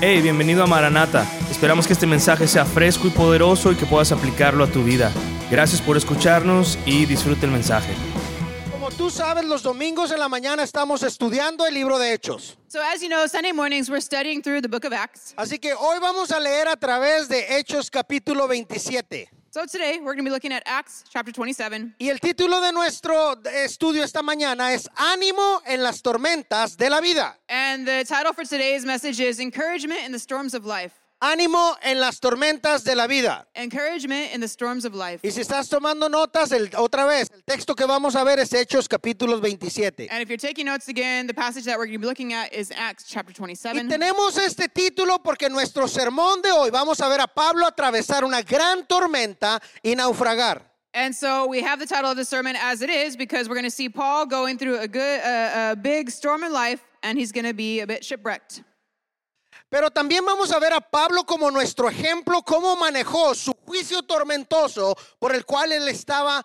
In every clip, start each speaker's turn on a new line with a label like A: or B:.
A: Hey, bienvenido a Maranata. Esperamos que este mensaje sea fresco y poderoso y que puedas aplicarlo a tu vida. Gracias por escucharnos y disfrute el mensaje.
B: Como tú sabes, los domingos en la mañana estamos estudiando el libro de Hechos.
C: So, as you know, Sunday mornings we're studying through the book of Acts.
B: Así que hoy vamos a leer a través de Hechos capítulo 27.
C: So, today we're going to be looking at Acts chapter 27.
B: Y el título de nuestro estudio esta mañana es Ánimo en las tormentas de la vida.
C: And the title for today's message is Encouragement in the Storms of Life.
B: Ánimo en las tormentas de la vida.
C: Encouragement in the Storms of Life.
B: Y si estás tomando notas, el- otra vez, el texto que vamos a ver es Hechos capítulo 27.
C: And if you're taking notes again, the passage that we're going to be looking at is Acts chapter
B: Y
C: 27.
B: tenemos este título porque nuestro sermón de hoy vamos a ver a Pablo atravesar una gran tormenta y naufragar.
C: And so we have the title of the sermon as it is because we're going to see Paul going through a good, uh, a big storm in life, and he's going to be a bit shipwrecked.
B: Pero también vamos a ver a Pablo como nuestro ejemplo, cómo manejó su juicio tormentoso por el cual él estaba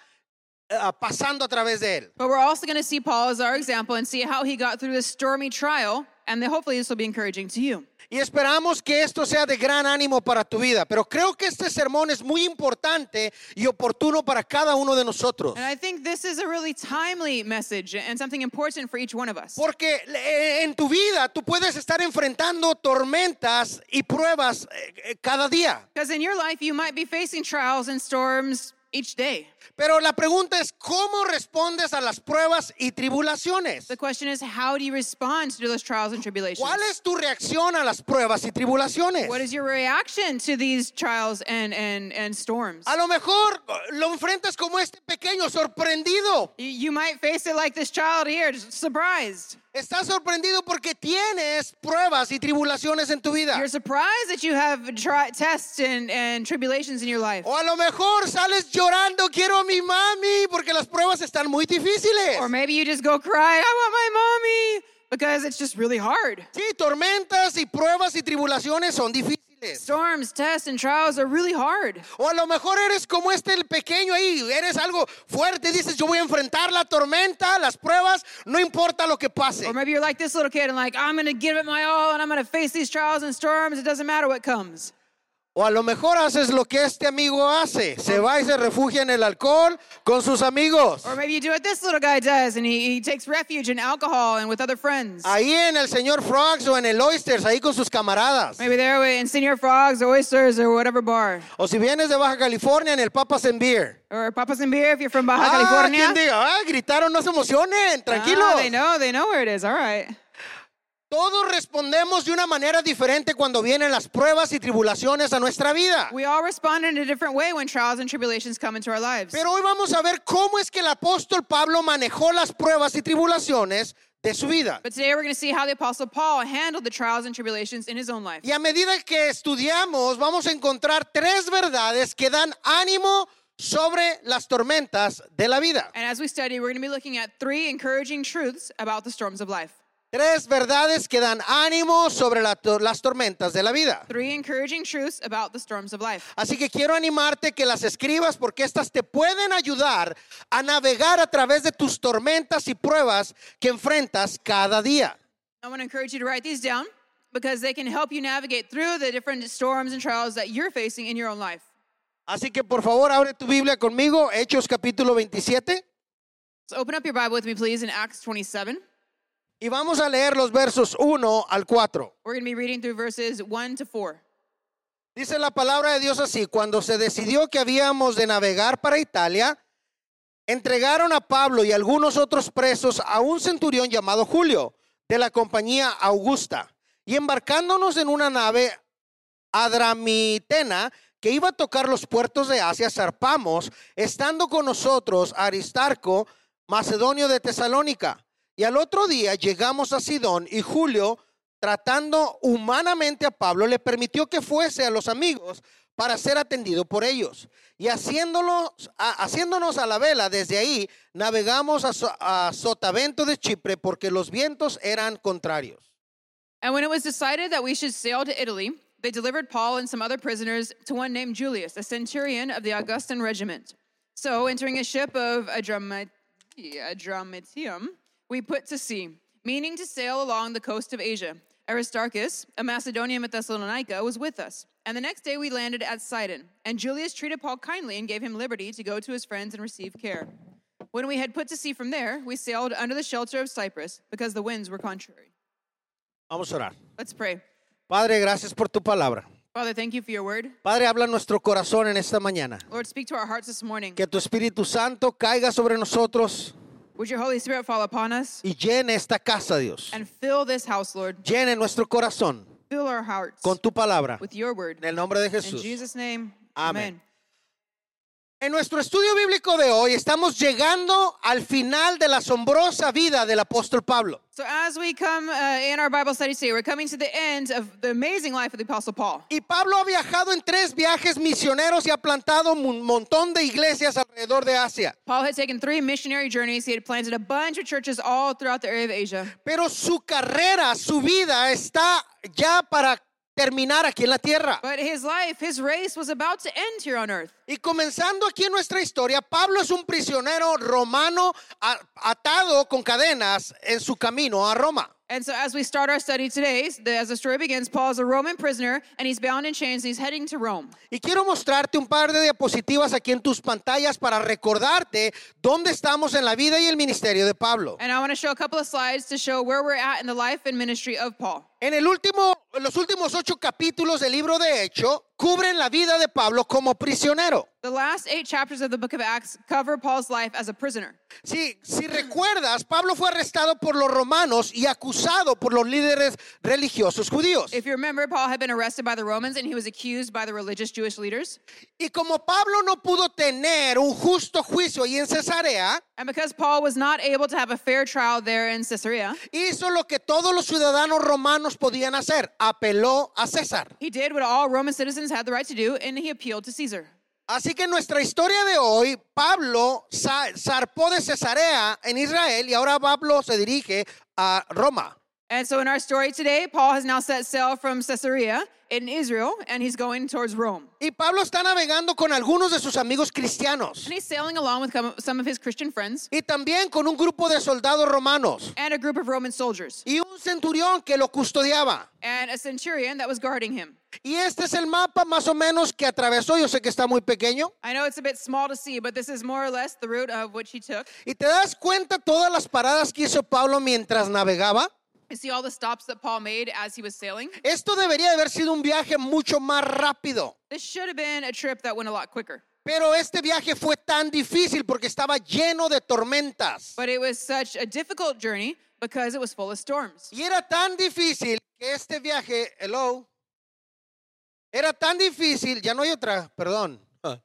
B: eh, pasando a través de él.
C: But we're also going to see Paul as our example and see how he got through this stormy trial. And then hopefully this will be encouraging to you.
B: Y esperamos que esto sea de gran ánimo para tu vida. Pero creo que este sermón es muy importante y oportuno para cada uno de nosotros.
C: And I think this is a really timely message and something important for each one of us.
B: Porque eh, en tu vida tú puedes estar enfrentando tormentas y pruebas eh, eh, cada día.
C: Because in your life, you might be facing trials and storms each day.
B: Pero la pregunta es, ¿cómo respondes a las pruebas y tribulaciones?
C: The question is, how do you respond to those trials and tribulations?
B: ¿Cuál es tu reacción a las pruebas y tribulaciones?
C: What is your reaction to these trials and, and, and storms?
B: A lo mejor eh, lo enfrentas como este pequeño sorprendido.
C: You, you might face it like this child here, just surprised.
B: Estás sorprendido porque tienes pruebas y tribulaciones en tu vida.
C: You're surprised that you have tri- tests and, and tribulations in your life.
B: O a lo mejor sales llorando, quiero a mi mami, porque las pruebas están muy difíciles.
C: Or maybe you just go cry, I want my mommy, because it's just really hard.
B: Sí, tormentas y pruebas y tribulaciones son difíciles.
C: Storms, tests, and trials are really hard.
B: O a lo mejor eres como este el pequeño ahí, eres algo fuerte, dices yo voy a enfrentar la tormenta, las pruebas, no importa lo que pase.
C: Or maybe you're like this little kid and like, I'm gonna give it my all and I'm gonna face these trials and storms. It doesn't matter what comes.
B: O a lo mejor haces lo que este amigo hace, se va y se refugia en el alcohol con sus amigos.
C: Or maybe you do what this little guy does and he, he takes refuge in alcohol and with other friends.
B: Ahí en el señor Frogs o en el Oysters, ahí con sus camaradas.
C: Maybe they're in Senior Frogs or Oysters or whatever bar.
B: O si vienes de Baja California, en el Papas and Beer.
C: Or Papas and Beer if you're from Baja
B: Ah,
C: California.
B: quien diga, ah, gritaron, no se emocionen, tranquilo.
C: Ah, they know, they know where it is. All right.
B: Todos respondemos de una manera diferente cuando vienen las pruebas y tribulaciones a nuestra vida.
C: We all respond in a different way when trials and tribulations come into our lives.
B: Pero hoy vamos a ver cómo es que el apóstol Pablo manejó las pruebas y tribulaciones de su vida.
C: But today we're going to see how the Apostle Paul handled the trials and tribulations in his own life.
B: Y a medida que estudiamos, vamos a encontrar tres verdades que dan ánimo sobre las tormentas de la vida.
C: And as we study, we're going to be looking at three encouraging truths about the storms of life.
B: Tres verdades que dan ánimo sobre la to- las tormentas de la vida.
C: Three encouraging truths about the storms of life.
B: Así que quiero animarte que las escribas porque estas te pueden ayudar a navegar a través de tus tormentas y pruebas que enfrentas cada día.
C: I want to encourage you to write these down because they can help you navigate through the different storms and trials that you're facing in your own life.
B: Así que por favor abre tu Biblia conmigo, Hechos capítulo 27,
C: So open up your Bible with me, please, in Acts 27.
B: y vamos a leer los versos 1 al 4.
C: We're going to be reading through verses 1 to 4.
B: Dice la palabra de Dios así, cuando se decidió que habíamos de navegar para Italia, entregaron a Pablo y algunos otros presos a un centurión llamado Julio, de la compañía Augusta, y embarcándonos en una nave adramitena que iba a tocar los puertos de Asia, zarpamos, estando con nosotros Aristarco, macedonio de Tesalónica. Y al otro día llegamos a Sidón y Julio, tratando humanamente a Pablo, le permitió que fuese a los amigos para ser atendido por ellos. Y haciéndolos, a- haciéndonos a la vela desde ahí, navegamos a, So- a Sotavento de Chipre porque los vientos eran contrarios.
C: And when it was decided that we should sail to Italy, they delivered Paul and some other prisoners to one named Julius, a centurion of the Augustan regiment. So, entering a ship of Adramat- Adramatium, we put to sea, meaning to sail along the coast of Asia. Aristarchus, a Macedonian at Thessalonica, was with us. And the next day we landed at Sidon. And Julius treated Paul kindly and gave him liberty to go to his friends and receive care. When we had put to sea from there, we sailed under the shelter of Cyprus because the winds were contrary.
B: Vamos a orar.
C: Let's pray.
B: Padre, gracias por tu palabra.
C: Father, thank you for your word.
B: Padre, habla a nuestro corazón en esta mañana.
C: Lord, speak to our hearts this morning.
B: Que tu Espíritu Santo caiga sobre nosotros
C: Would your Holy Spirit fall upon us
B: y llene esta casa, Dios.
C: and fill this house, Lord?
B: Llene nuestro corazón
C: Fill our hearts
B: con tu palabra.
C: with your word.
B: En el nombre de
C: In
B: Jesús.
C: Jesus' name,
B: Amen.
C: amen.
B: En nuestro estudio bíblico de hoy estamos llegando al final de la asombrosa vida del apóstol Pablo.
C: So, as we come uh, in our Bible study today, we're coming to the end of the amazing life of the Apostle Paul.
B: Y Pablo ha viajado en tres viajes misioneros y ha plantado un montón de iglesias alrededor de Asia.
C: Paul had taken three missionary journeys. He had planted a bunch of churches all throughout the area of Asia.
B: Pero su carrera, su vida está ya para terminar aquí en la tierra.
C: But his life, his race was about to end here on earth.
B: Y comenzando aquí en nuestra historia, Pablo es un prisionero romano a- atado con cadenas en su camino a Roma.
C: And so, as we start our study today, the, as the story begins, Paul is a Roman prisoner and he's bound in chains and he's heading to Rome.
B: Y quiero mostrarte un par de diapositivas aquí en tus pantallas para recordarte dónde estamos en la vida y el ministerio de Pablo.
C: And I want to show a couple of slides to show where we're at in the life and ministry of Paul.
B: En el último, en los últimos ocho capítulos del libro de Hecho cubren la vida de Pablo como prisionero.
C: The last eight chapters of the book of Acts cover Paul's life as a prisoner.
B: Si, si recuerdas, Pablo fue arrestado por los romanos y acusado por los líderes religiosos judíos.
C: If you remember, Paul had been arrested by the Romans and he was accused by the religious Jewish leaders.
B: Y como Pablo no pudo tener un justo juicio ahí en Cesarea,
C: And because Paul was not able to have a fair trial there in Caesarea,
B: hizo lo que todos los ciudadanos romanos podían hacer, apeló a César.
C: he did what all Roman citizens had the right to do and he appealed to Caesar.
B: Así que en nuestra historia de hoy, Pablo za- zarpó de Cesarea en Israel y ahora Pablo se dirige a Roma.
C: And so in our story today, Paul has now set sail from Caesarea in Israel and he's going towards Rome.
B: Y Pablo está navegando con algunos de sus amigos cristianos
C: And he's sailing along with com- some of his Christian friends
B: y también con un grupo de soldados romanos
C: and a group of Roman soldiers
B: y un centurión que lo custodiaba.
C: and a centurion that was guarding him.
B: Y este es el mapa más o menos que atravesó, yo sé que está muy pequeño,
C: I know it's a bit small to see, but this is more or less the route of which he took.
B: y te das cuenta todas las paradas que hizo Pablo mientras navegaba.
C: You see all the stops that Paul made as he was sailing.
B: Esto debería de haber sido un viaje mucho más rápido,
C: This should have been a trip that went a lot quicker.
B: pero este viaje fue tan difícil porque estaba lleno de tormentas.
C: But it was such a difficult journey because it was full of storms.
B: Y era tan difícil que este viaje, hello, era tan difícil, ya no hay otra, perdón. Ah.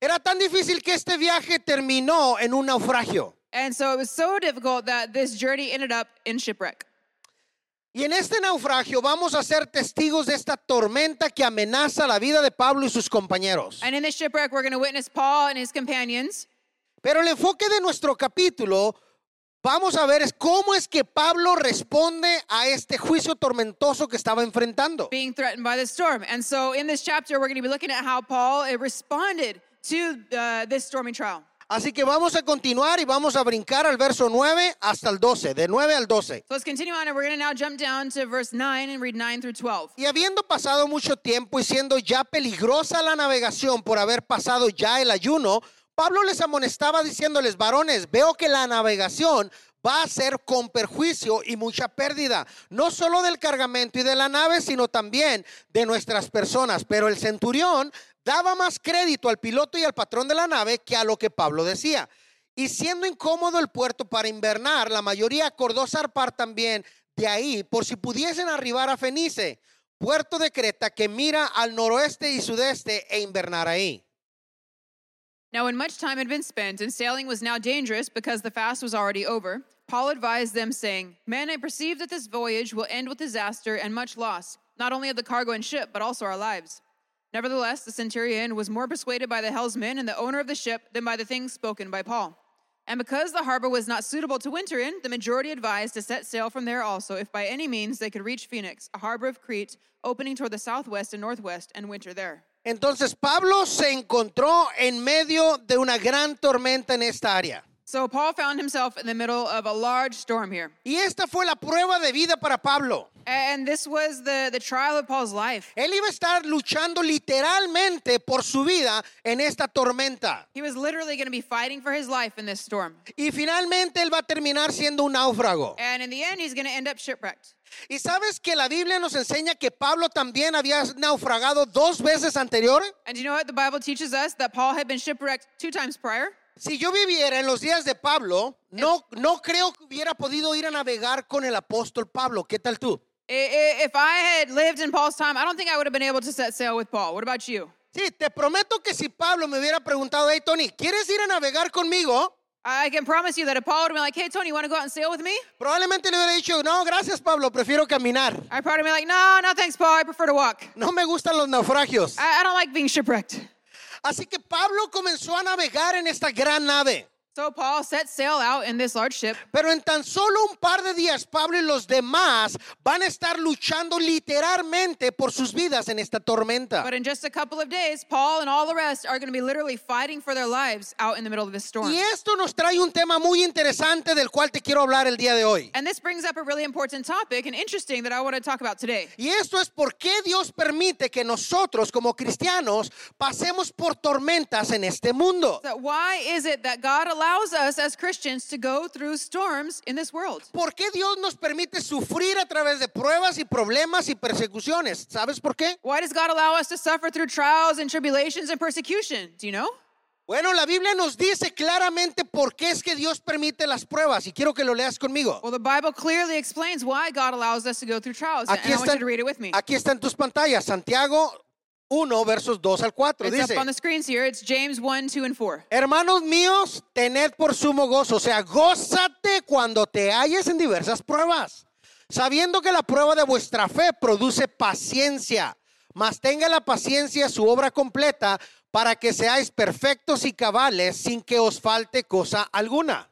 B: Era tan difícil que este viaje terminó en un naufragio.
C: And so it was so difficult that this journey ended up in shipwreck.
B: Y en este naufragio vamos a ser testigos de esta tormenta que amenaza la vida de Pablo y sus compañeros.
C: And in this shipwreck, we're going to witness Paul and his companions.
B: Pero el enfoque de nuestro capítulo, vamos a ver es cómo es que Pablo responde a este juicio tormentoso que estaba enfrentando.
C: being threatened by the storm. And so in this chapter, we're going to be looking at how Paul uh, responded to uh, this stormy trial.
B: Así que vamos a continuar y vamos a brincar al verso 9 hasta el 12, de 9 al 12.
C: So let's continue on, and we're going to now jump down to verse 9 and read 9 through 12.
B: Y habiendo pasado mucho tiempo y siendo ya peligrosa la navegación por haber pasado ya el ayuno, Pablo les amonestaba diciéndoles, varones, veo que la navegación va a ser con perjuicio y mucha pérdida, no solo del cargamento y de la nave, sino también de nuestras personas. Pero el centurión daba más crédito al piloto y al patrón de la nave que a lo que Pablo decía. Y siendo incómodo el puerto para invernar, la mayoría acordó zarpar también de ahí por si pudiesen arribar a Fenice, puerto de Creta que mira al noroeste y sudeste e invernar ahí.
C: Now, when much time had been spent and sailing was now dangerous because the fast was already over, Paul advised them, saying, Men, I perceive that this voyage will end with disaster and much loss, not only of the cargo and ship, but also our lives. Nevertheless, the centurion was more persuaded by the helmsman and the owner of the ship than by the things spoken by Paul. And because the harbor was not suitable to winter in, the majority advised to set sail from there also, if by any means they could reach Phoenix, a harbor of Crete, opening toward the southwest and northwest, and winter there.
B: Entonces Pablo se encontró en medio de una gran tormenta en esta área.
C: So Paul found himself in the middle of a large storm here.
B: Y esta fue la prueba de vida para Pablo.
C: And this was the, the trial of Paul's life.
B: Él iba a estar luchando literalmente por su vida en esta tormenta.
C: He was literally going to be fighting for his life in this storm.
B: Y finalmente él va a terminar siendo un náufrago.
C: And in the end, he's going to end up shipwrecked.
B: ¿Y sabes que la Biblia nos enseña que Pablo también había naufragado dos veces anteriores?
C: And you know what? The Bible teaches us that Paul had been shipwrecked two times prior.
B: Si yo viviera en los días de Pablo, no, no creo que hubiera podido ir a navegar con el apóstol Pablo. ¿Qué tal tú?
C: I- i- If I had lived in Paul's time, I don't think I would have been able to set sail with Paul. What about you?
B: Sí, te prometo que si Pablo me hubiera preguntado, hey Tony, ¿quieres ir a navegar conmigo?
C: I I can promise you that if Paul would have been like, hey, Tony, you want to go out and sail with me?
B: Probablemente le hubiera dicho, no, gracias Pablo, prefiero caminar.
C: I'd probably be like, no, no, thanks, Paul. I prefer to walk.
B: No me gustan los naufragios.
C: I, I don't like being shipwrecked.
B: Así que Pablo comenzó a navegar en esta gran nave.
C: So Paul set sail out in this large ship.
B: Pero en tan solo un par de días, Pablo y los demás van a estar luchando literalmente por sus vidas en esta tormenta.
C: But in just a couple of days, Paul and all the rest are going to be literally fighting for their lives out in the middle of this storm.
B: Y esto nos trae un tema muy interesante del cual te quiero hablar el día de hoy.
C: And this brings up a really important topic and interesting that I want to talk about today.
B: Y esto es por qué Dios permite que nosotros como cristianos pasemos por tormentas en este mundo.
C: So why is it that God allows us as Christians to go through storms in this world?
B: ¿Por qué Dios nos permite sufrir a través de pruebas y problemas y persecuciones? ¿Sabes por qué?
C: Why does God allow us to suffer through trials and tribulations and persecution? Do you know?
B: Bueno, la Biblia nos dice claramente por qué es que Dios permite las pruebas y quiero que lo leas conmigo.
C: Well, the Bible clearly explains why God allows us to go through trials.
B: Aquí
C: and I want
B: está,
C: you to read it with me.
B: aquí está en tus pantallas, Santiago 1, versos 2 al 4.
C: It's up on the
B: Dice,
C: screens here. It's James 1, 2, and 4.
B: hermanos míos, tened por sumo gozo, o sea, gózate cuando te halles en diversas pruebas, sabiendo que la prueba de vuestra fe produce paciencia, mas tenga la paciencia su obra completa para que seáis perfectos y cabales sin que os falte cosa alguna.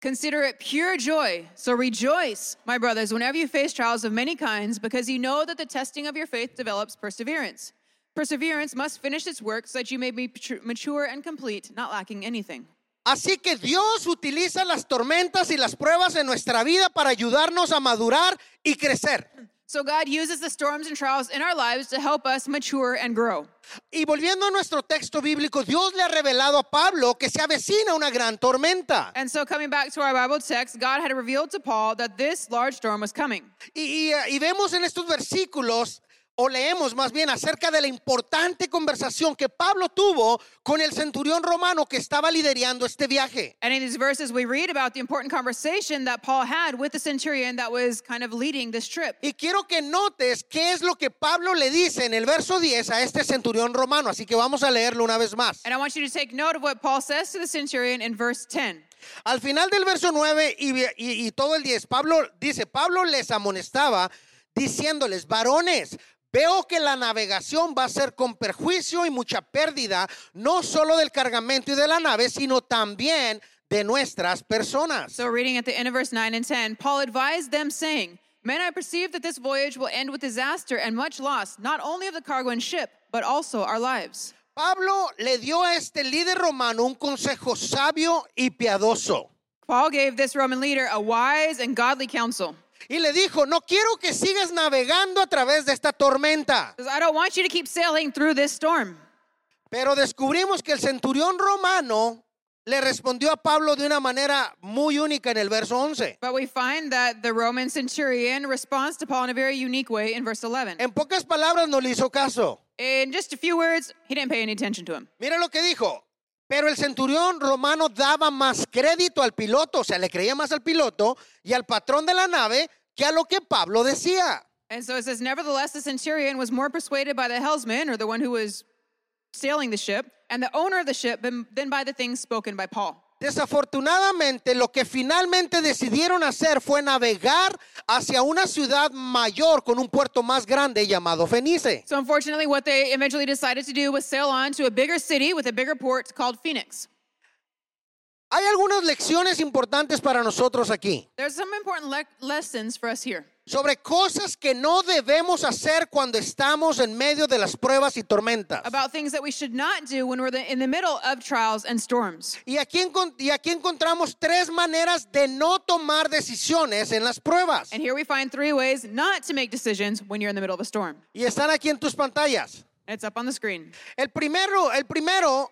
C: Consider it pure joy. So rejoice, my brothers, whenever you face trials of many kinds, because you know that the testing of your faith develops perseverance. Perseverance must finish its work so that you may be tr- mature and complete, not lacking anything.
B: Así que Dios utiliza las tormentas y las pruebas en nuestra vida para ayudarnos a madurar y crecer.
C: So God uses the storms and trials in our lives to help us mature and grow.
B: Y volviendo a nuestro texto bíblico, Dios le ha revelado a Pablo que se avecina una gran tormenta.
C: And so coming back to our Bible text, God had revealed to Paul that this large storm was coming.
B: Y, y, eh, y vemos en estos versículos, o leemos más bien acerca de la importante conversación que Pablo tuvo con el centurión romano que estaba liderando este viaje.
C: And in these verses, we read about the important conversation that Paul had with the centurion that was kind of leading this trip.
B: Y quiero que notes qué es lo que Pablo le dice en el verso 10 a este centurión romano, así que vamos a leerlo una vez más.
C: And I want you to take note of what Paul says to the centurion in verse 10.
B: Al final del verso 9 y, y- y todo el 10, Pablo dice, Pablo les amonestaba diciéndoles, varones, veo que la navegación va a ser con perjuicio y mucha pérdida, no solo del cargamento y de la nave, sino también de nuestras personas.
C: So, reading at the end of verse 9 and 10, Paul advised them, saying, Men, I perceive that this voyage will end with disaster and much loss, not only of the cargo and ship, but also our lives.
B: Pablo le dio a este líder romano un consejo sabio y piadoso.
C: Paul gave this Roman leader a wise and godly counsel.
B: Y le dijo, no quiero que sigas navegando a través de esta tormenta.
C: Because I don't want you to keep sailing through this storm.
B: Pero descubrimos que el centurión romano le respondió a Pablo de una manera muy única en el verso 11.
C: But we find that the Roman centurion responds to Paul in a very unique way in verse 11.
B: En pocas palabras no le hizo caso.
C: In just a few words, he didn't pay any attention to him.
B: Mira lo que dijo. Pero el centurión romano daba más crédito al piloto, o sea, le creía más al piloto y al patrón de la nave que a lo que Pablo decía.
C: And so it says, Nevertheless, the centurion was more persuaded by the helmsman, or the one who was sailing the ship, and the owner of the ship than, than by the things spoken by Paul.
B: Desafortunadamente, lo que finalmente decidieron hacer fue navegar hacia una ciudad mayor con un puerto más grande llamado Fenice.
C: So unfortunately, what they eventually decided to do was sail on to a bigger city with a bigger port called Phoenix.
B: Hay algunas lecciones importantes para nosotros aquí.
C: There's some important le- lessons for us here.
B: sobre cosas que no debemos hacer cuando estamos en medio de las pruebas y tormentas.
C: about things that we should not do when we're the, in the middle of trials and storms.
B: Y aquí, encon- y aquí encontramos tres maneras de no tomar decisiones en las pruebas.
C: And here we find three ways not to make decisions when you're in the middle of a storm.
B: Y están aquí en tus pantallas.
C: It's up on the screen.
B: El primero, el primero,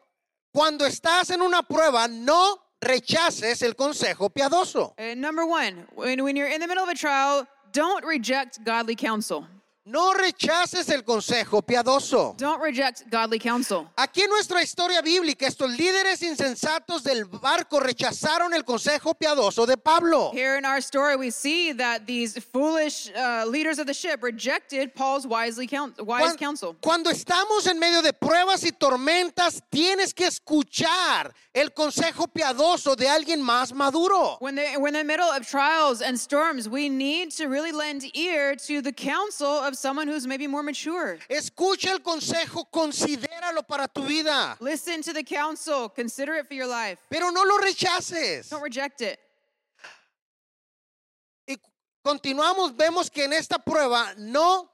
B: cuando estás en una prueba, no rechaces el consejo piadoso.
C: Uh, number one, when, when you're in the middle of a trial, don't reject godly counsel.
B: No rechaces el consejo piadoso.
C: Don't reject godly counsel.
B: Aquí en nuestra historia bíblica, estos líderes insensatos del barco rechazaron el consejo piadoso de Pablo.
C: Here in our story, we see that these foolish uh, leaders of the ship rejected Paul's wisely coun-
B: Cuan-
C: wise counsel.
B: Cuando estamos en medio de pruebas y tormentas, tienes que escuchar el consejo piadoso de alguien más maduro.
C: When they, we're in the middle of trials and storms, we need to really lend ear to the counsel of someone who's maybe more mature.
B: Escucha el consejo, considéralo para tu vida,
C: Listen to the counsel, consider it for your life.
B: pero no lo rechaces.
C: Don't reject it.
B: Y cu- continuamos, vemos que en esta prueba no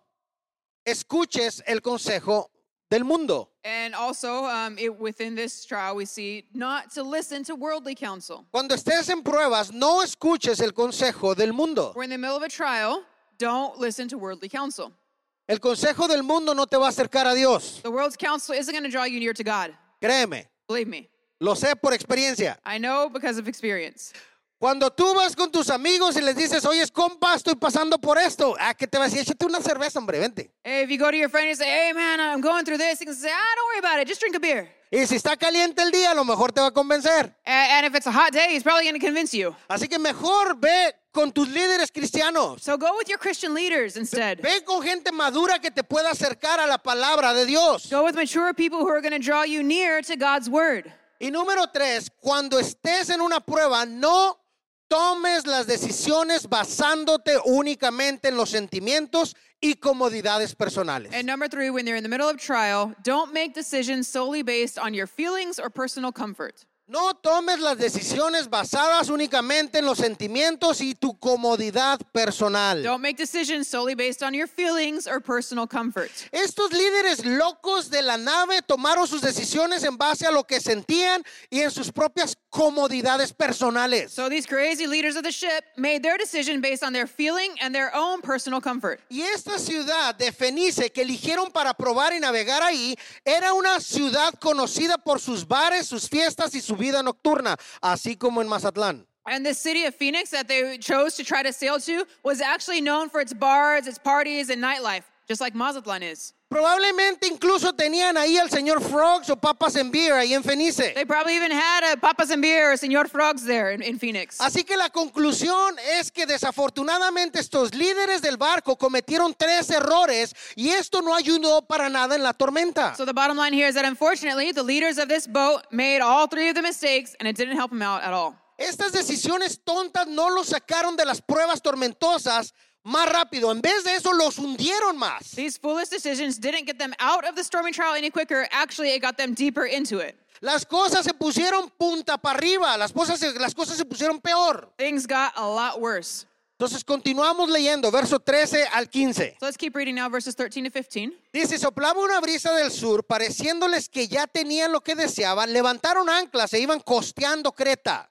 B: escuches el consejo del mundo.
C: And also, um, it, within this trial, we see not to listen to worldly counsel.
B: Cuando estés en pruebas, no escuches el consejo del mundo.
C: We're in the middle of a trial. Don't listen to worldly counsel.
B: El consejo del mundo no te va a acercar a Dios.
C: The world's counsel isn't going to draw you near to God.
B: Créeme,
C: Believe me.
B: lo sé por experiencia.
C: I know because of experience.
B: Cuando tú vas con tus amigos y les dices, oye, compa, estoy pasando por esto, ¿a qué te vas a decir? Échate una cerveza, hombre, vente.
C: If you go to your friend and say, hey, man, I'm going through this, you can say, ah, don't worry about it. Just drink a beer.
B: Y si está caliente el día, a lo mejor te va a convencer.
C: A- And, if it's a hot day, he's probably going to convince you.
B: Así que mejor ve con tus líderes cristianos.
C: So go with your Christian leaders instead.
B: Ve con gente madura que te pueda acercar a la palabra de Dios.
C: Go with mature people who are going to draw you near to God's word.
B: Y número tres, cuando estés en una prueba, no tomes las decisiones basándote únicamente en los sentimientos y comodidades personales.
C: And number three, when you're in the middle of trial, don't make decisions solely based on your feelings or personal comfort.
B: No tomes las decisiones basadas únicamente en los sentimientos y tu comodidad personal.
C: Don't make decisions solely based on your feelings or personal comfort.
B: Estos líderes locos de la nave tomaron sus decisiones en base a lo que sentían y en sus propias comodidades personales.
C: So these crazy leaders of the ship made their decision based on their feeling and their own personal comfort.
B: Y esta ciudad de Fenice que eligieron para probar y navegar ahí era una ciudad conocida por sus bares, sus fiestas y su vida nocturna, así como en Mazatlán.
C: And the city of Phoenix that they chose to try to sail to was actually known for its bars, its parties, and nightlife, just like Mazatlan is.
B: Probablemente incluso tenían ahí al señor Frogs o Papas en Beer ahí en Fenice.
C: They probably even had a Papas and Beer or Senor Frogs there in, in Phoenix.
B: Así que la conclusión es que desafortunadamente estos líderes del barco cometieron tres errores y esto no ayudó para nada en la tormenta.
C: So the bottom line here is that unfortunately, the leaders of this boat made all three of the mistakes and it didn't help them out at all.
B: Estas decisiones tontas no los sacaron de las pruebas tormentosas más rápido, en vez de eso los hundieron más.
C: These foolish decisions didn't get them out of the stormy trial any quicker. Actually, it got them deeper into it.
B: Las cosas se pusieron punta para arriba, las cosas, se- las cosas se pusieron peor.
C: Things got a lot worse.
B: Entonces continuamos leyendo, verso 13 al 15.
C: So let's keep reading now, verses 13 to 15.
B: Dice, soplaba una brisa del sur, pareciéndoles que ya tenían lo que deseaban, levantaron anclas e iban costeando Creta.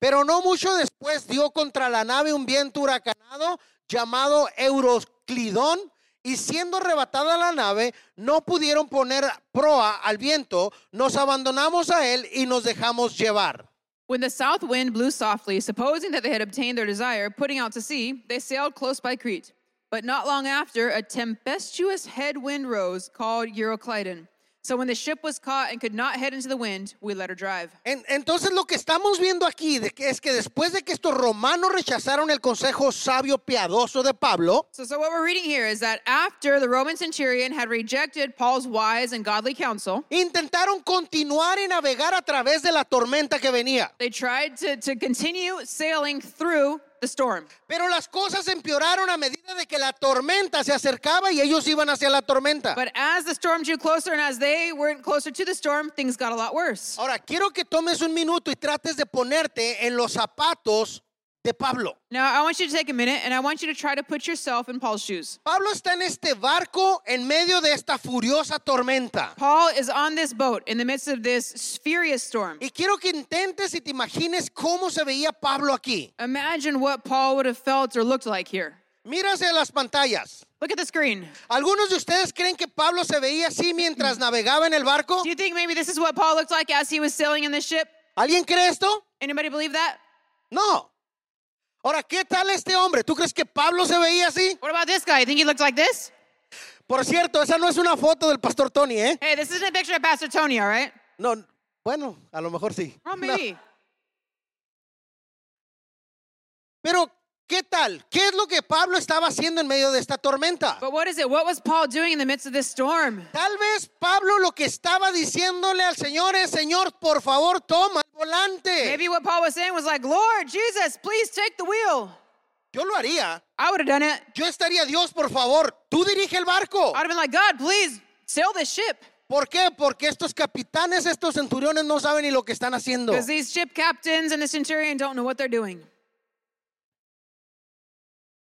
B: Pero no mucho después dio contra la nave un viento huracanado llamado Euroclidón y siendo arrebatada la nave, no pudieron poner proa al viento, nos abandonamos a él y nos dejamos llevar.
C: When the south wind blew softly, supposing that they had obtained their desire, putting out to sea, they sailed close by Crete. But not long after, a tempestuous headwind rose called Euroclydon. So when the ship was caught and could not head into the wind, we let her drive.
B: En- entonces lo que estamos viendo aquí de que es que después de que estos romanos rechazaron el consejo sabio piadoso de Pablo,
C: So, so what we're reading here is that after the Roman centurion had rejected Paul's wise and godly counsel,
B: Intentaron continuar y navegar a través de la tormenta que venía,
C: they tried to, to continue sailing through the storm.
B: pero las cosas empeoraron a medida de que la tormenta se acercaba y ellos iban hacia la tormenta.
C: But as the storm drew closer and as they weren't closer to the storm, things got a lot worse.
B: Ahora, quiero que tomes un minuto y trates de ponerte en los zapatos de Pablo.
C: Now, I want you to take a minute and I want you to try to put yourself in Paul's shoes.
B: Pablo está en este barco en medio de esta furiosa tormenta.
C: Paul is on this boat in the midst of this furious storm.
B: Y quiero que intentes y te imagines cómo se veía Pablo aquí.
C: Imagine what Paul would have felt or looked like here.
B: Mira hacia las pantallas.
C: Look at the screen.
B: ¿Algunos de ustedes creen que Pablo se veía así mientras navegaba en el barco?
C: Do you think maybe this is what Paul looked like as he was sailing in this ship?
B: ¿Alguien cree esto?
C: Anybody believe that?
B: No. Ahora, ¿qué tal este hombre? ¿Tú crees que Pablo se veía así?
C: What about this guy? You think he looked like this?
B: Por cierto, esa no es una foto del pastor Tony, ¿eh?
C: Hey, this isn't a picture of Pastor Tony, all right?
B: No, bueno, a lo mejor sí.
C: Well,
B: No.
C: Ah, maybe.
B: Pero, ¿qué tal? ¿Qué es lo que Pablo estaba haciendo en medio de esta tormenta?
C: But what is it? What was Paul doing in the midst of this storm?
B: Tal vez Pablo lo que estaba diciéndole al Señor es, Señor, por favor, toma el volante.
C: Maybe what Paul was saying was like, Lord Jesus, please take the wheel.
B: Yo lo haría.
C: I would have done it.
B: Yo estaría, Dios, por favor, tú dirige el barco.
C: I'd have been like, God, please sail this ship.
B: ¿Por qué? Porque estos capitanes, estos centuriones no saben ni lo que están haciendo.
C: Because these ship captains and the centurion don't know what they're doing.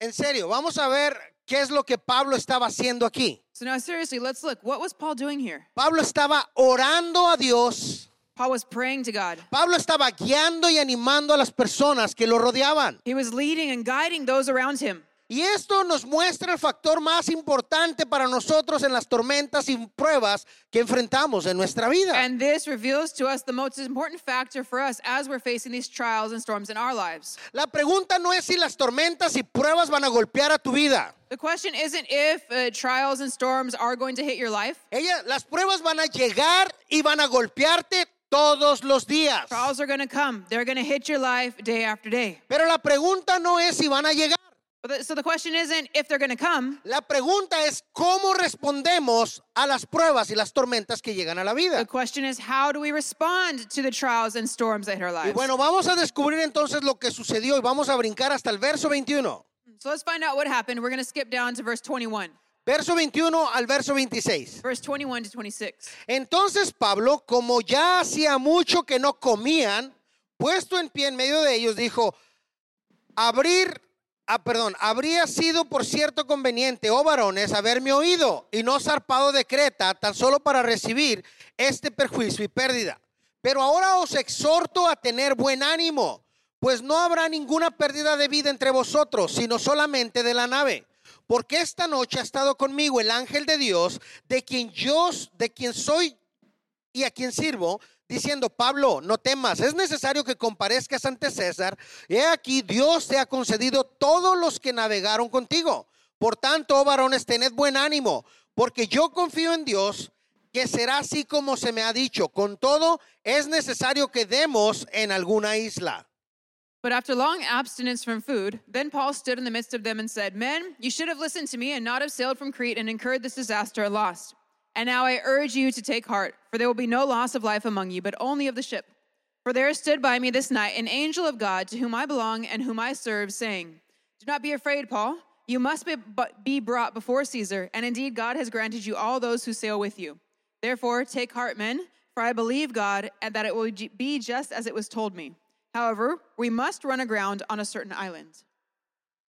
B: En serio, vamos a ver qué es lo que Pablo estaba haciendo aquí.
C: So now, seriously, let's look. What was Paul doing here?
B: Pablo estaba orando a Dios.
C: Paul was praying to God.
B: Pablo estaba guiando y animando a las personas que lo rodeaban.
C: He was leading and guiding those around him.
B: Y esto nos muestra el factor más importante para nosotros en las tormentas y pruebas que enfrentamos en nuestra vida.
C: And this reveals to us the most important factor for us as we're facing these trials and storms in our lives.
B: La pregunta no es si las tormentas y pruebas van a golpear a tu vida.
C: The question isn't if uh, trials and storms are going to hit your life.
B: Ella, las pruebas van a llegar y van a golpearte todos los días.
C: Trials are going to come. They're going to hit your life day after day.
B: Pero la pregunta no es si van a llegar.
C: But the, so the question isn't if they're going to come.
B: La pregunta es cómo respondemos a las pruebas y las tormentas que llegan a la vida.
C: The question is how do we respond to the trials and storms that hit our
B: Y
C: lives?
B: bueno, vamos a descubrir entonces lo que sucedió y vamos a brincar hasta el verso 21.
C: So let's find out what happened. We're going to skip down to verse 21.
B: Verso 21 al verso 26.
C: Verse 21 to 26.
B: Entonces Pablo, como ya hacía mucho que no comían, puesto en pie en medio de ellos, dijo, abrir, ah, perdón, habría sido por cierto conveniente, oh varones, haberme oído y no zarpado de Creta tan solo para recibir este perjuicio y pérdida. Pero ahora os exhorto a tener buen ánimo, pues no habrá ninguna pérdida de vida entre vosotros, sino solamente de la nave. Porque esta noche ha estado conmigo el ángel de Dios, de quien yo, de quien soy y a quien sirvo, diciendo, Pablo, no temas, es necesario que comparezcas ante César. He aquí, Dios te ha concedido todos los que navegaron contigo. Por tanto, oh varones, tened buen ánimo, porque yo confío en Dios que será así como se me ha dicho. Con todo, es necesario que demos en alguna isla.
C: But after long abstinence from food, then Paul stood in the midst of them and said, Men, you should have listened to me and not have sailed from Crete and incurred this disaster or loss. And now I urge you to take heart, for there will be no loss of life among you, but only of the ship. For there stood by me this night an angel of God to whom I belong and whom I serve, saying, Do not be afraid, Paul. You must be, but be brought before Caesar, and indeed God has granted you all those who sail with you. Therefore, take heart, men, for I believe God, and that it will j- be just as it was told me. However, we must run aground on a certain island.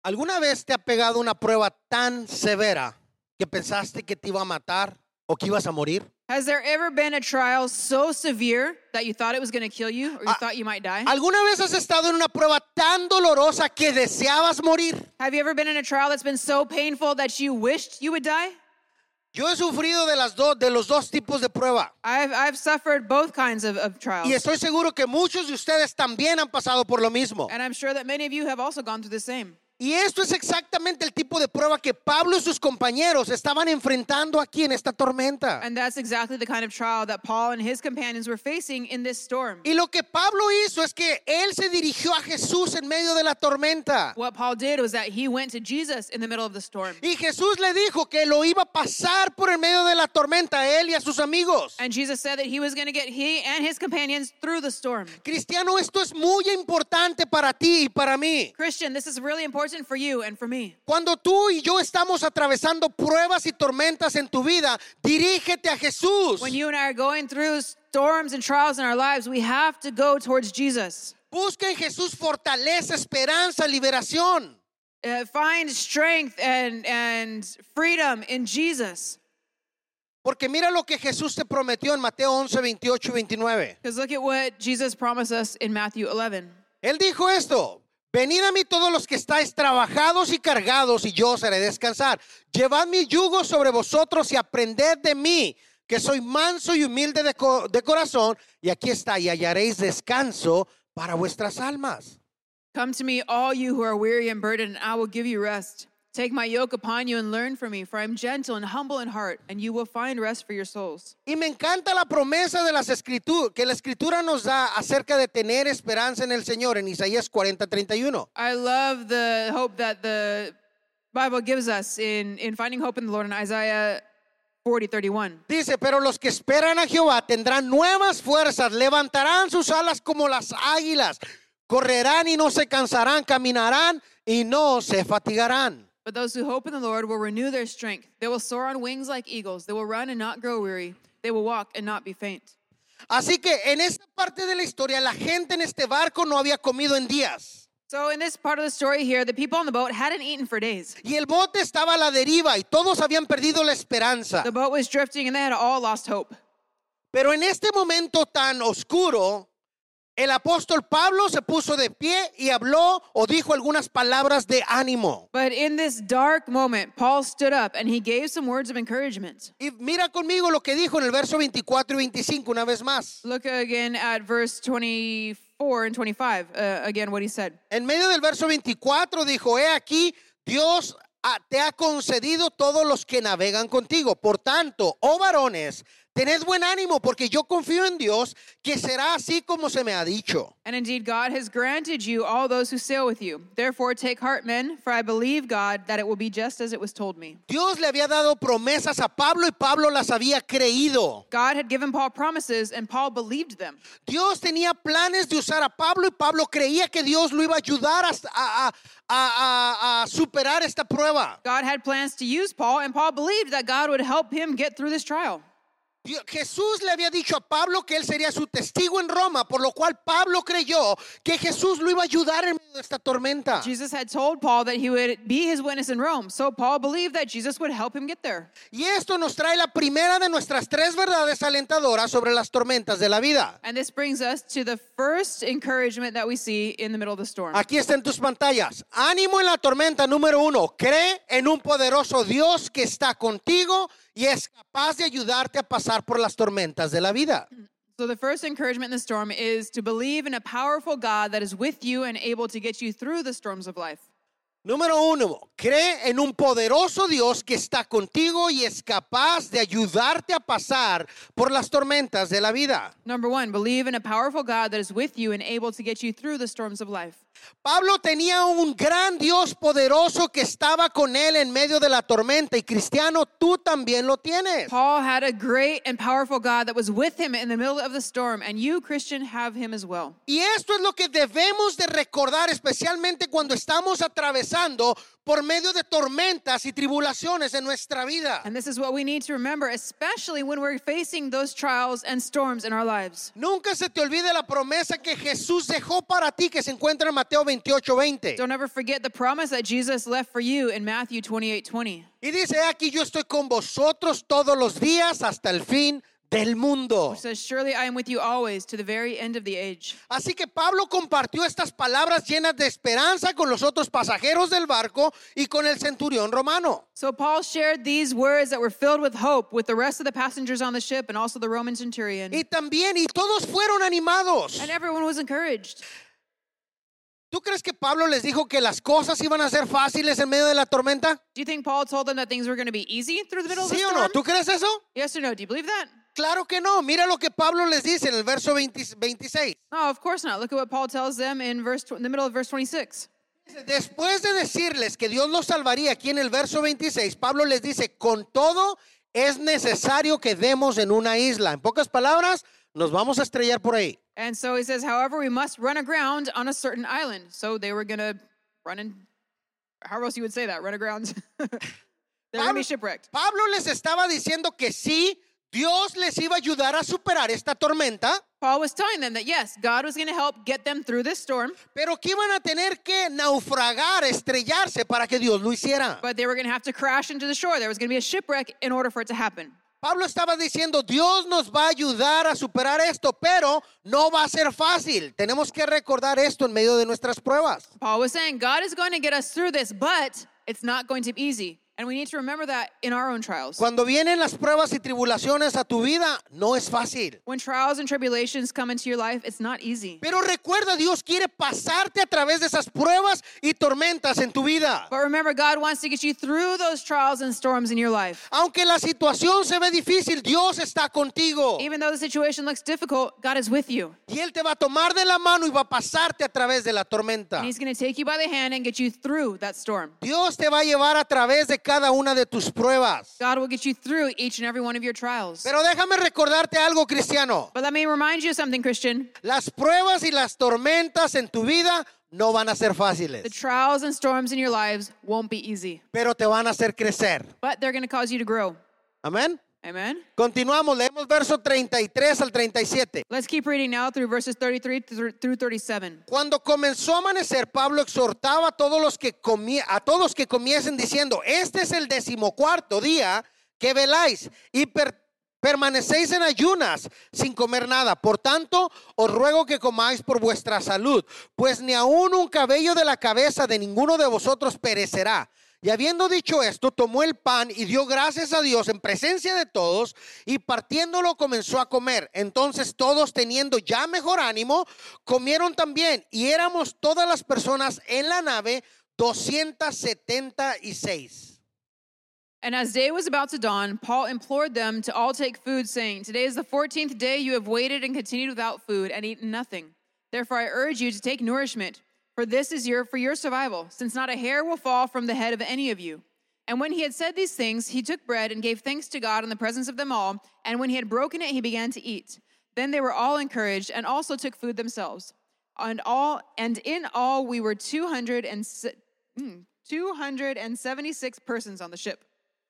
B: ¿Alguna vez te ha pegado una prueba tan severa que pensaste que te iba a matar o que ibas a morir?
C: Has there ever been a trial so severe that you thought it was going to kill you or you thought you might die?
B: ¿Alguna vez has estado en una prueba tan dolorosa que deseabas morir?
C: Have you ever been in a trial that's been so painful that you wished you would die?
B: Yo he sufrido de, las dos, de los dos tipos de prueba
C: I've, I've suffered both kinds of, of
B: y
C: trials.
B: estoy seguro que muchos de ustedes también han pasado por lo mismo.
C: And I'm sure that many of you have also gone through the same.
B: Y esto es exactamente el tipo de prueba que Pablo y sus compañeros estaban enfrentando aquí en esta tormenta.
C: And that's exactly the kind of trial that Paul and his companions were facing in this storm.
B: Y lo que Pablo hizo es que él se dirigió a Jesús en medio de la tormenta.
C: What Paul did was that he went to Jesus in the middle of the storm.
B: Y Jesús le dijo que lo iba a pasar por el medio de la tormenta a él y a sus amigos.
C: And Jesus said that he was going to get he and his companions through the storm.
B: Cristiano, esto es muy importante para ti y para mí.
C: Christian, this is really important for you and for me.
B: Cuando tú y yo estamos atravesando pruebas y tormentas en tu vida, dirígete a Jesús.
C: When you and I are going through storms and trials in our lives, we have to go towards Jesus.
B: Busca en Jesús fortaleza, esperanza, liberación.
C: Uh, find strength and, and freedom in Jesus.
B: Porque mira lo que Jesús te prometió en Mateo 11, 28 y 29.
C: Because look at what Jesus promised us in Matthew 11.
B: Él dijo esto. Venid a mí todos los que estáis trabajados y cargados y yo os haré descansar. Llevad mi yugo sobre vosotros y aprended de mí, que soy manso y humilde de, co- de corazón. Y aquí está, y hallaréis descanso para vuestras almas.
C: Come to me, all you who are weary and burdened, and I will give you rest. Take my yoke upon you and learn from me, for I am gentle and humble in heart, and you will find rest for your souls.
B: Y me encanta la promesa de las escrituras que la escritura nos da acerca de tener esperanza en el Señor en Isaías 40, 31.
C: I love the hope that the Bible gives us in, in finding hope in the Lord in Isaiah 40 31.
B: Dice, pero los que esperan a Jehová tendrán nuevas fuerzas, levantarán sus alas como las águilas, correrán y no se cansarán, caminarán y no se fatigarán.
C: But those who hope in the Lord will renew their strength. They will soar on wings like eagles. They will run and not grow weary. They will walk and not be faint.
B: Así que en esta parte de la historia la gente en este barco no había comido en días
C: So, in this part of the story here, the people on the boat hadn't eaten for days.
B: y el bote estaba a la deriva y todos habían perdido la esperanza.
C: The boat was drifting and they had all lost hope.
B: Pero en este momento tan oscuro, el apóstol Pablo se puso de pie y habló o dijo algunas palabras de ánimo.
C: But in this dark moment, Paul stood up and he gave some words of encouragement.
B: Y mira conmigo lo que dijo en el verso 24 y 25 una vez más.
C: Look again at verse 24 and 25, uh, again, what he said.
B: En medio del verso 24 dijo, he aquí, Dios ha- te ha concedido todos los que navegan contigo. Por tanto, oh varones, tened buen ánimo porque yo confío en Dios que será así como se me ha dicho.
C: And indeed, God has granted you all those who sail with you. Therefore, take heart, men, for I believe God that it will be just as it was told me.
B: Dios le había dado promesas a Pablo y Pablo las había creído.
C: God had given Paul promises, and Paul believed them.
B: Dios tenía planes de usar a Pablo y Pablo creía que Dios lo iba a ayudar a, a- a- a- a superar esta prueba.
C: God had plans to use Paul, and Paul believed that God would help him get through this trial.
B: Dios- Jesús le había dicho a Pablo que él sería su testigo en Roma, por lo cual Pablo creyó que Jesús lo iba a ayudar en medio de esta tormenta.
C: Jesus had told Paul that he would be his witness in Rome, so Paul believed that Jesus would help him get there.
B: Y esto nos trae la primera de nuestras tres verdades alentadoras sobre las tormentas de la vida.
C: And this brings us to the first encouragement that we see in the middle of the storm.
B: Aquí está en tus pantallas. Ánimo en la tormenta número uno. Cree en un poderoso Dios que está contigo y es capaz de ayudarte a pasar por las tormentas de la vida.
C: So, the first encouragement in the storm is to believe in a powerful God that is with you and able to get you through the storms of life.
B: Número uno, cree en un poderoso Dios que está contigo y es capaz de ayudarte a pasar por las tormentas de la vida.
C: Number one, believe in a powerful God that is with you and able to get you through the storms of life.
B: Pablo tenía un gran Dios poderoso que estaba con él en medio de la tormenta y cristiano, tú también lo tienes.
C: Paul had a great and powerful God that was with him in the middle of the storm, and you, Christian, have him as well.
B: Y esto es lo que debemos de recordar, especialmente cuando estamos atravesando por medio de tormentas y tribulaciones en nuestra vida.
C: And this is what we need to remember, especially when we're facing those trials and storms in our lives.
B: Nunca se te olvide la promesa que Jesús dejó para ti que se encuentra en Mateo 28, 20.
C: Don't ever forget the promise that Jesus left for you in Matthew 28 20.
B: Y dice, "He aquí yo estoy con vosotros todos los días hasta el fin del mundo.
C: It says, Surely I am with you always to the very end of the age.
B: Así que Pablo compartió estas palabras llenas de esperanza con los otros pasajeros del barco y con el centurión romano.
C: So Paul shared these words that were filled with hope with the rest of the passengers on the ship and also the Roman centurion.
B: Y también, y todos fueron animados.
C: And everyone was encouraged.
B: ¿Tú crees que Pablo les dijo que las cosas iban a ser fáciles en medio de la tormenta?
C: Do you think Paul told them that things were going to be easy through the middle of
B: ¿Sí
C: the
B: o
C: storm?
B: no? ¿Tú crees eso?
C: Yes or no? Do you believe that?
B: Claro que no. Mira lo que Pablo les dice en el verso 20 26.
C: No, of course not. Look at what Paul tells them in verse tw- in the middle of verse 26.
B: Después de decirles que Dios los salvaría aquí en el verso 26, Pablo les dice, con todo es necesario que demos en una isla. En pocas palabras, nos vamos a estrellar por ahí.
C: And so he says, however, we must run aground on a certain island. So they were going to run in, how else you would say that, run aground. They're going to
B: Pablo-
C: be shipwrecked.
B: Pablo les estaba diciendo que sí, Dios les iba a ayudar a superar esta tormenta,
C: Paul was telling them that yes, God was going to help get them through this storm,
B: pero que iban a tener que naufragar, estrellarse para que Dios lo hiciera.
C: but they were going to have to crash into the shore. There was going to be a shipwreck in order for it to happen.
B: Pablo estaba diciendo, Dios nos va a ayudar a superar esto, pero no va a ser fácil. Tenemos que recordar esto en medio de nuestras pruebas.
C: Paul was saying, God is going to get us through this, but it's not going to be easy. And we need to remember that in our own trials.
B: Cuando vienen las pruebas y tribulaciones a tu vida, no es fácil.
C: When trials and tribulations come into your life, it's not easy.
B: Pero recuerda, Dios quiere pasarte a través de esas pruebas y tormentas en tu vida.
C: But remember, God wants to get you through those trials and storms in your life.
B: Aunque la situación se ve difícil, Dios está contigo.
C: Even though the situation looks difficult, God is with you.
B: Y Él te va a tomar de la mano y va a pasarte a través de la tormenta.
C: And He's going to take you by the hand and get you through that storm.
B: Dios te va a llevar a través de cada una de tus pruebas.
C: God will get you through each and every one of your trials.
B: Pero déjame recordarte algo, cristiano.
C: But let me remind you of something, Christian.
B: Las pruebas y las tormentas en tu vida no van a ser
C: The
B: fáciles,
C: trials and storms in your lives won't be easy,
B: pero te van a hacer crecer.
C: but they're going to cause you to grow.
B: Amén.
C: Amen.
B: Continuamos, leemos verso 33 al 37.
C: Let's keep reading now through verses 33 through through 37.
B: Cuando comenzó a amanecer, Pablo exhortaba a todos los que comie- a todos que comiesen diciendo: Este es el decimocuarto día que veláis y per- permanecéis en ayunas sin comer nada. Por tanto, os ruego que comáis por vuestra salud, pues ni aun un cabello de la cabeza de ninguno de vosotros perecerá. Y habiendo dicho esto, tomó el pan y dio gracias a Dios en presencia de todos y partiéndolo comenzó a comer. Entonces todos teniendo ya mejor ánimo, comieron también y éramos todas las personas en la nave 276.
C: And as day was about to dawn, Paul implored them to all take food, saying, Today is the 14th day you have waited and continued without food and eaten nothing. Therefore, I urge you to take nourishment, for this is your for your survival, since not a hair will fall from the head of any of you. And when he had said these things, he took bread and gave thanks to God in the presence of them all, and when he had broken it, he began to eat. Then they were all encouraged and also took food themselves. And all and in all we were 200 and se- hmm, 276 persons on the ship.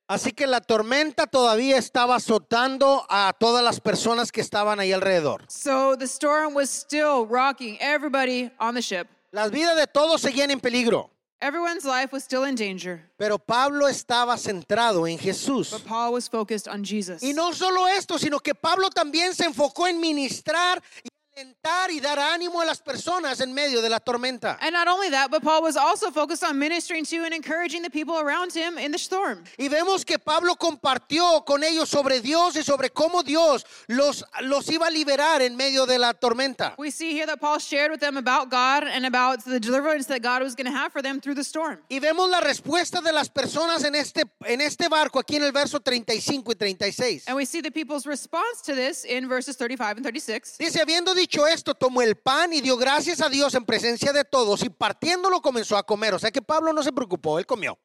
B: Así que la tormenta todavía estaba azotando a todas las personas que estaban ahí alrededor.
C: So the storm was still rocking everybody on the ship.
B: Las vidas de todos seguían en peligro,
C: Everyone's life was still in danger,
B: pero Pablo estaba centrado en Jesús.
C: but Paul was focused on Jesus.
B: Y no solo esto, sino que Pablo también se enfocó en ministrar y alentar y dar ánimo a las personas en medio de la tormenta.
C: And not only that, but Paul was also focused on ministering to and encouraging the people around him in the storm.
B: Y vemos que Pablo compartió con ellos sobre Dios y sobre cómo Dios los, los iba a liberar en medio de la tormenta.
C: We see here that Paul shared with them about God and about the deliverance that God was going to have for them through the storm.
B: Y vemos la respuesta de las personas en este, en este barco aquí en el verso 35 y 36.
C: And we see the people's response to this in verses 35 and 36.
B: Dice, habiendo dicho esto, tomó el pan y dio gracias a Dios en presencia de todos y partiéndolo comenzó a comer. O sea que Pablo no se preocupó, él comió.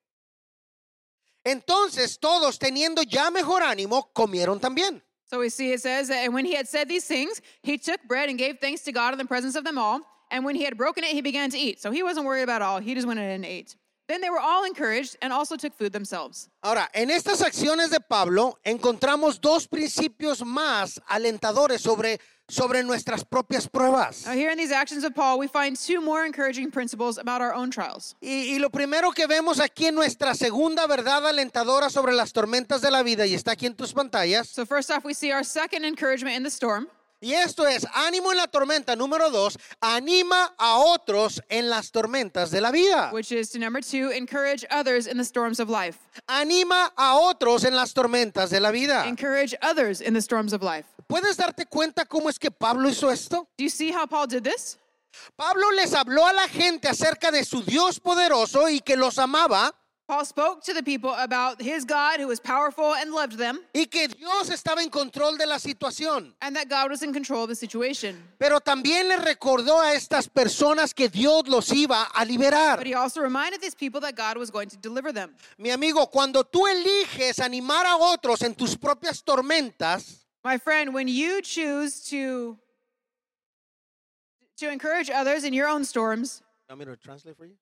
B: Entonces todos, teniendo ya mejor ánimo, comieron también.
C: So we see it says, and when he had said these things, he took bread and gave thanks to God in the presence of them all. And when he had broken it, he began to eat. So he wasn't worried about all. He just went in and ate. Then they were all encouraged and also took food themselves.
B: Ahora, en estas acciones de Pablo encontramos dos principios más alentadores sobre, sobre nuestras propias pruebas.
C: Now, here in these actions of Paul, we find two more encouraging principles about our own trials.
B: Y, y lo primero que vemos aquí en nuestra segunda verdad alentadora sobre las tormentas de la vida, y está aquí en tus pantallas,
C: So, first off, we see our second encouragement in the storm.
B: Y esto es ánimo en la tormenta número dos, anima a otros en las tormentas de la vida.
C: which is to number two, encourage others in the storms of life.
B: Anima a otros en las tormentas de la vida.
C: Encourage others in the storms of life.
B: ¿Puedes darte cuenta cómo es que Pablo hizo esto?
C: Do you see how Paul did this?
B: Pablo les habló a la gente acerca de su Dios poderoso y que los amaba
C: Paul spoke to the people about his God who was powerful and loved them,
B: y que Dios estaba en control de la situación.
C: and that God was in control of the situation.
B: Pero también les recordó a estas personas que Dios los iba a liberar.
C: But he also reminded these people that God was going to deliver them.
B: Mi amigo, cuando tú eliges animar a otros en tus propias tormentas,
C: My friend, when you choose to to encourage others in your own storms,
B: You want me to translate for you?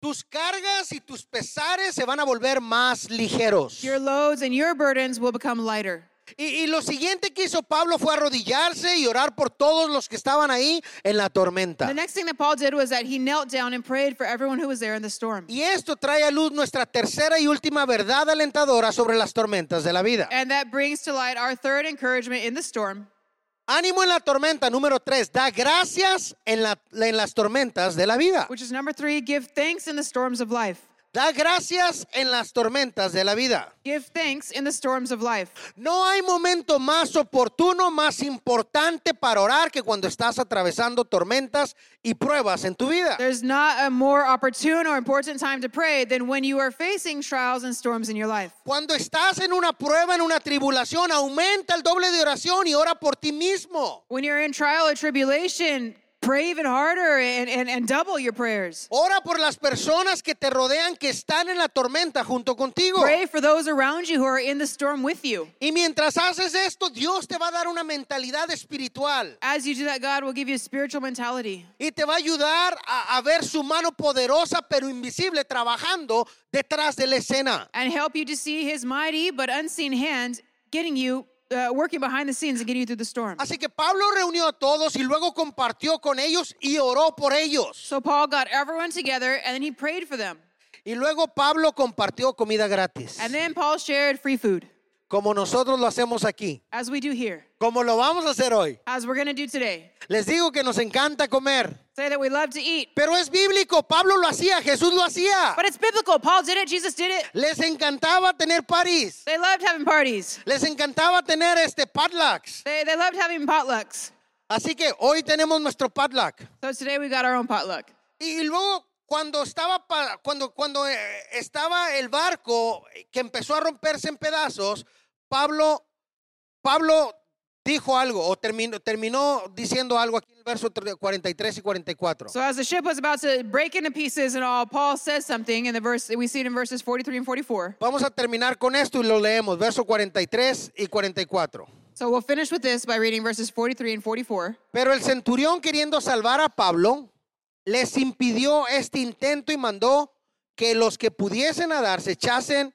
B: Tus cargas y tus pesares se van a volver más ligeros.
C: Your loads and your burdens will become lighter.
B: Y, y lo siguiente que hizo Pablo fue arrodillarse y orar por todos los que estaban ahí en la tormenta.
C: The next thing that Paul did was that he knelt down and prayed for everyone who was there in the storm.
B: Y esto trae a luz nuestra tercera y última verdad alentadora sobre las tormentas de la vida.
C: And that brings to light our third encouragement in the storm.
B: Ánimo en la tormenta, número tres, da gracias en, la- en las tormentas de la vida.
C: Which is number three, give thanks in the storms of life.
B: Da gracias en las tormentas de la vida.
C: Give thanks in the storms of life.
B: No hay momento más oportuno, más importante para orar que cuando estás atravesando tormentas y pruebas en tu vida.
C: There's not a more opportune or important time to pray than when you are facing trials and storms in your life.
B: Cuando estás en una prueba, en una tribulación, aumenta el doble de oración y ora por ti mismo.
C: When you're in trial or tribulation, pray even harder and, and, and double your prayers.
B: Ora por las personas que te rodean que están en la tormenta junto contigo.
C: Pray for those around you who are in the storm with you.
B: Y mientras haces esto, Dios te va a dar una mentalidad espiritual
C: As you do that, God will give you a spiritual mentality.
B: y te va a ayudar a, a ver su mano poderosa pero invisible trabajando detrás de la escena.
C: and help you to see his mighty but unseen hand getting you uh, working behind the scenes and getting you through the storm.
B: Así que Pablo reunió a todos y luego compartió con ellos y oró por ellos.
C: So Paul got everyone together and then he prayed for them.
B: Y luego Pablo compartió comida gratis,
C: And then Paul shared free food,
B: como nosotros lo hacemos aquí,
C: as we do here,
B: como lo vamos a hacer hoy.
C: as we're going to do today.
B: Les digo que nos encanta comer,
C: Say that we love to eat,
B: pero es bíblico, Pablo lo hacía, Jesús lo hacía.
C: but it's biblical. Paul did it, Jesus did it.
B: Les encantaba tener parties,
C: They loved having parties.
B: les encantaba tener este potlucks.
C: They, they loved having potlucks.
B: Así que hoy tenemos nuestro potluck.
C: So today we got our own potluck.
B: Y luego cuando estaba pa- cuando cuando eh, estaba el barco que empezó a romperse en pedazos, Pablo Pablo dijo algo o terminó terminó diciendo algo aquí en el verso tre- 43 y 44.
C: So as the ship was about to break into pieces and all, Paul says something in the verse we see it in verses 43 and 44.
B: Vamos a terminar con esto y lo leemos, verso 43 y 44.
C: So we'll finish with this by reading verses 43 and 44.
B: Pero el centurión queriendo salvar a Pablo, les impidió este intento y mandó que los que pudiesen nadar se echasen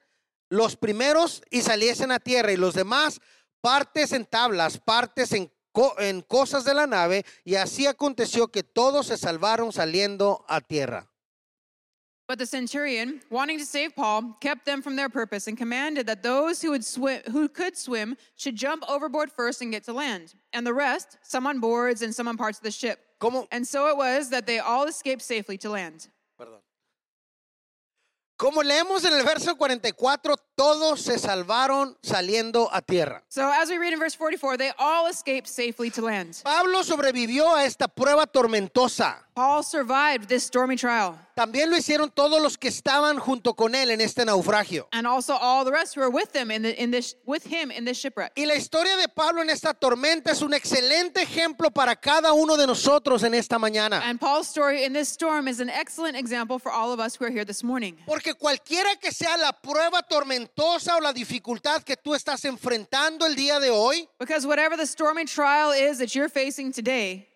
B: los primeros y saliesen a tierra y los demás partes en tablas, partes en, co- en cosas de la nave y así aconteció que todos se salvaron saliendo a tierra.
C: But the centurion, wanting to save Paul, kept them from their purpose and commanded that those who, would swim, who could swim should jump overboard first and get to land, and the rest, some on boards and some on parts of the ship.
B: ¿Cómo,
C: And so it was that they all escaped safely to land.
B: Perdón. Como leemos en el verso 44, todos se salvaron saliendo a tierra.
C: So, as we read in verse 44, they all escaped safely to land.
B: Pablo sobrevivió a esta prueba tormentosa.
C: Paul survived this stormy trial,
B: También lo hicieron todos los que estaban junto con él en este naufragio.
C: and also all the rest who were with them in, the, in this with him in this shipwreck.
B: Y la historia de Pablo en esta tormenta es un excelente ejemplo para cada uno de nosotros en esta mañana.
C: And Paul's story in this storm is an excellent example for all of us who are here this morning.
B: Porque cualquiera que sea la prueba tormentosa o la dificultad que tú estás enfrentando el día de hoy,
C: Because whatever the stormy trial is that you're facing today,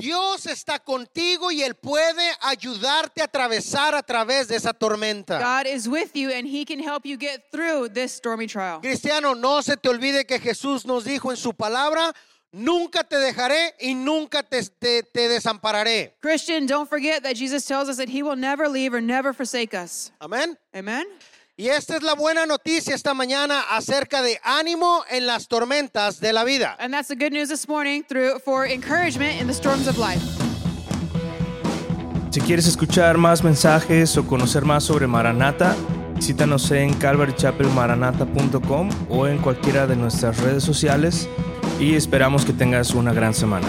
B: Dios está contigo y Él puede ayudarte a atravesar a través de esa tormenta.
C: God is with you and He can help you get through this stormy trial.
B: Cristiano, no se te olvide que Jesús nos dijo en su palabra, nunca te dejaré y nunca te- te- te desampararé.
C: Christian, don't forget that Jesus tells us that He will never leave or never forsake us.
B: Amén.
C: Amen?
B: Y esta es la buena noticia esta mañana acerca de ánimo en las tormentas de la vida.
C: And that's the good news this morning through for encouragement in the storms of life.
A: Si quieres escuchar más mensajes o conocer más sobre Maranata, visítanos en calvarychapelmaranata.com o en cualquiera de nuestras redes sociales y esperamos que tengas una gran semana.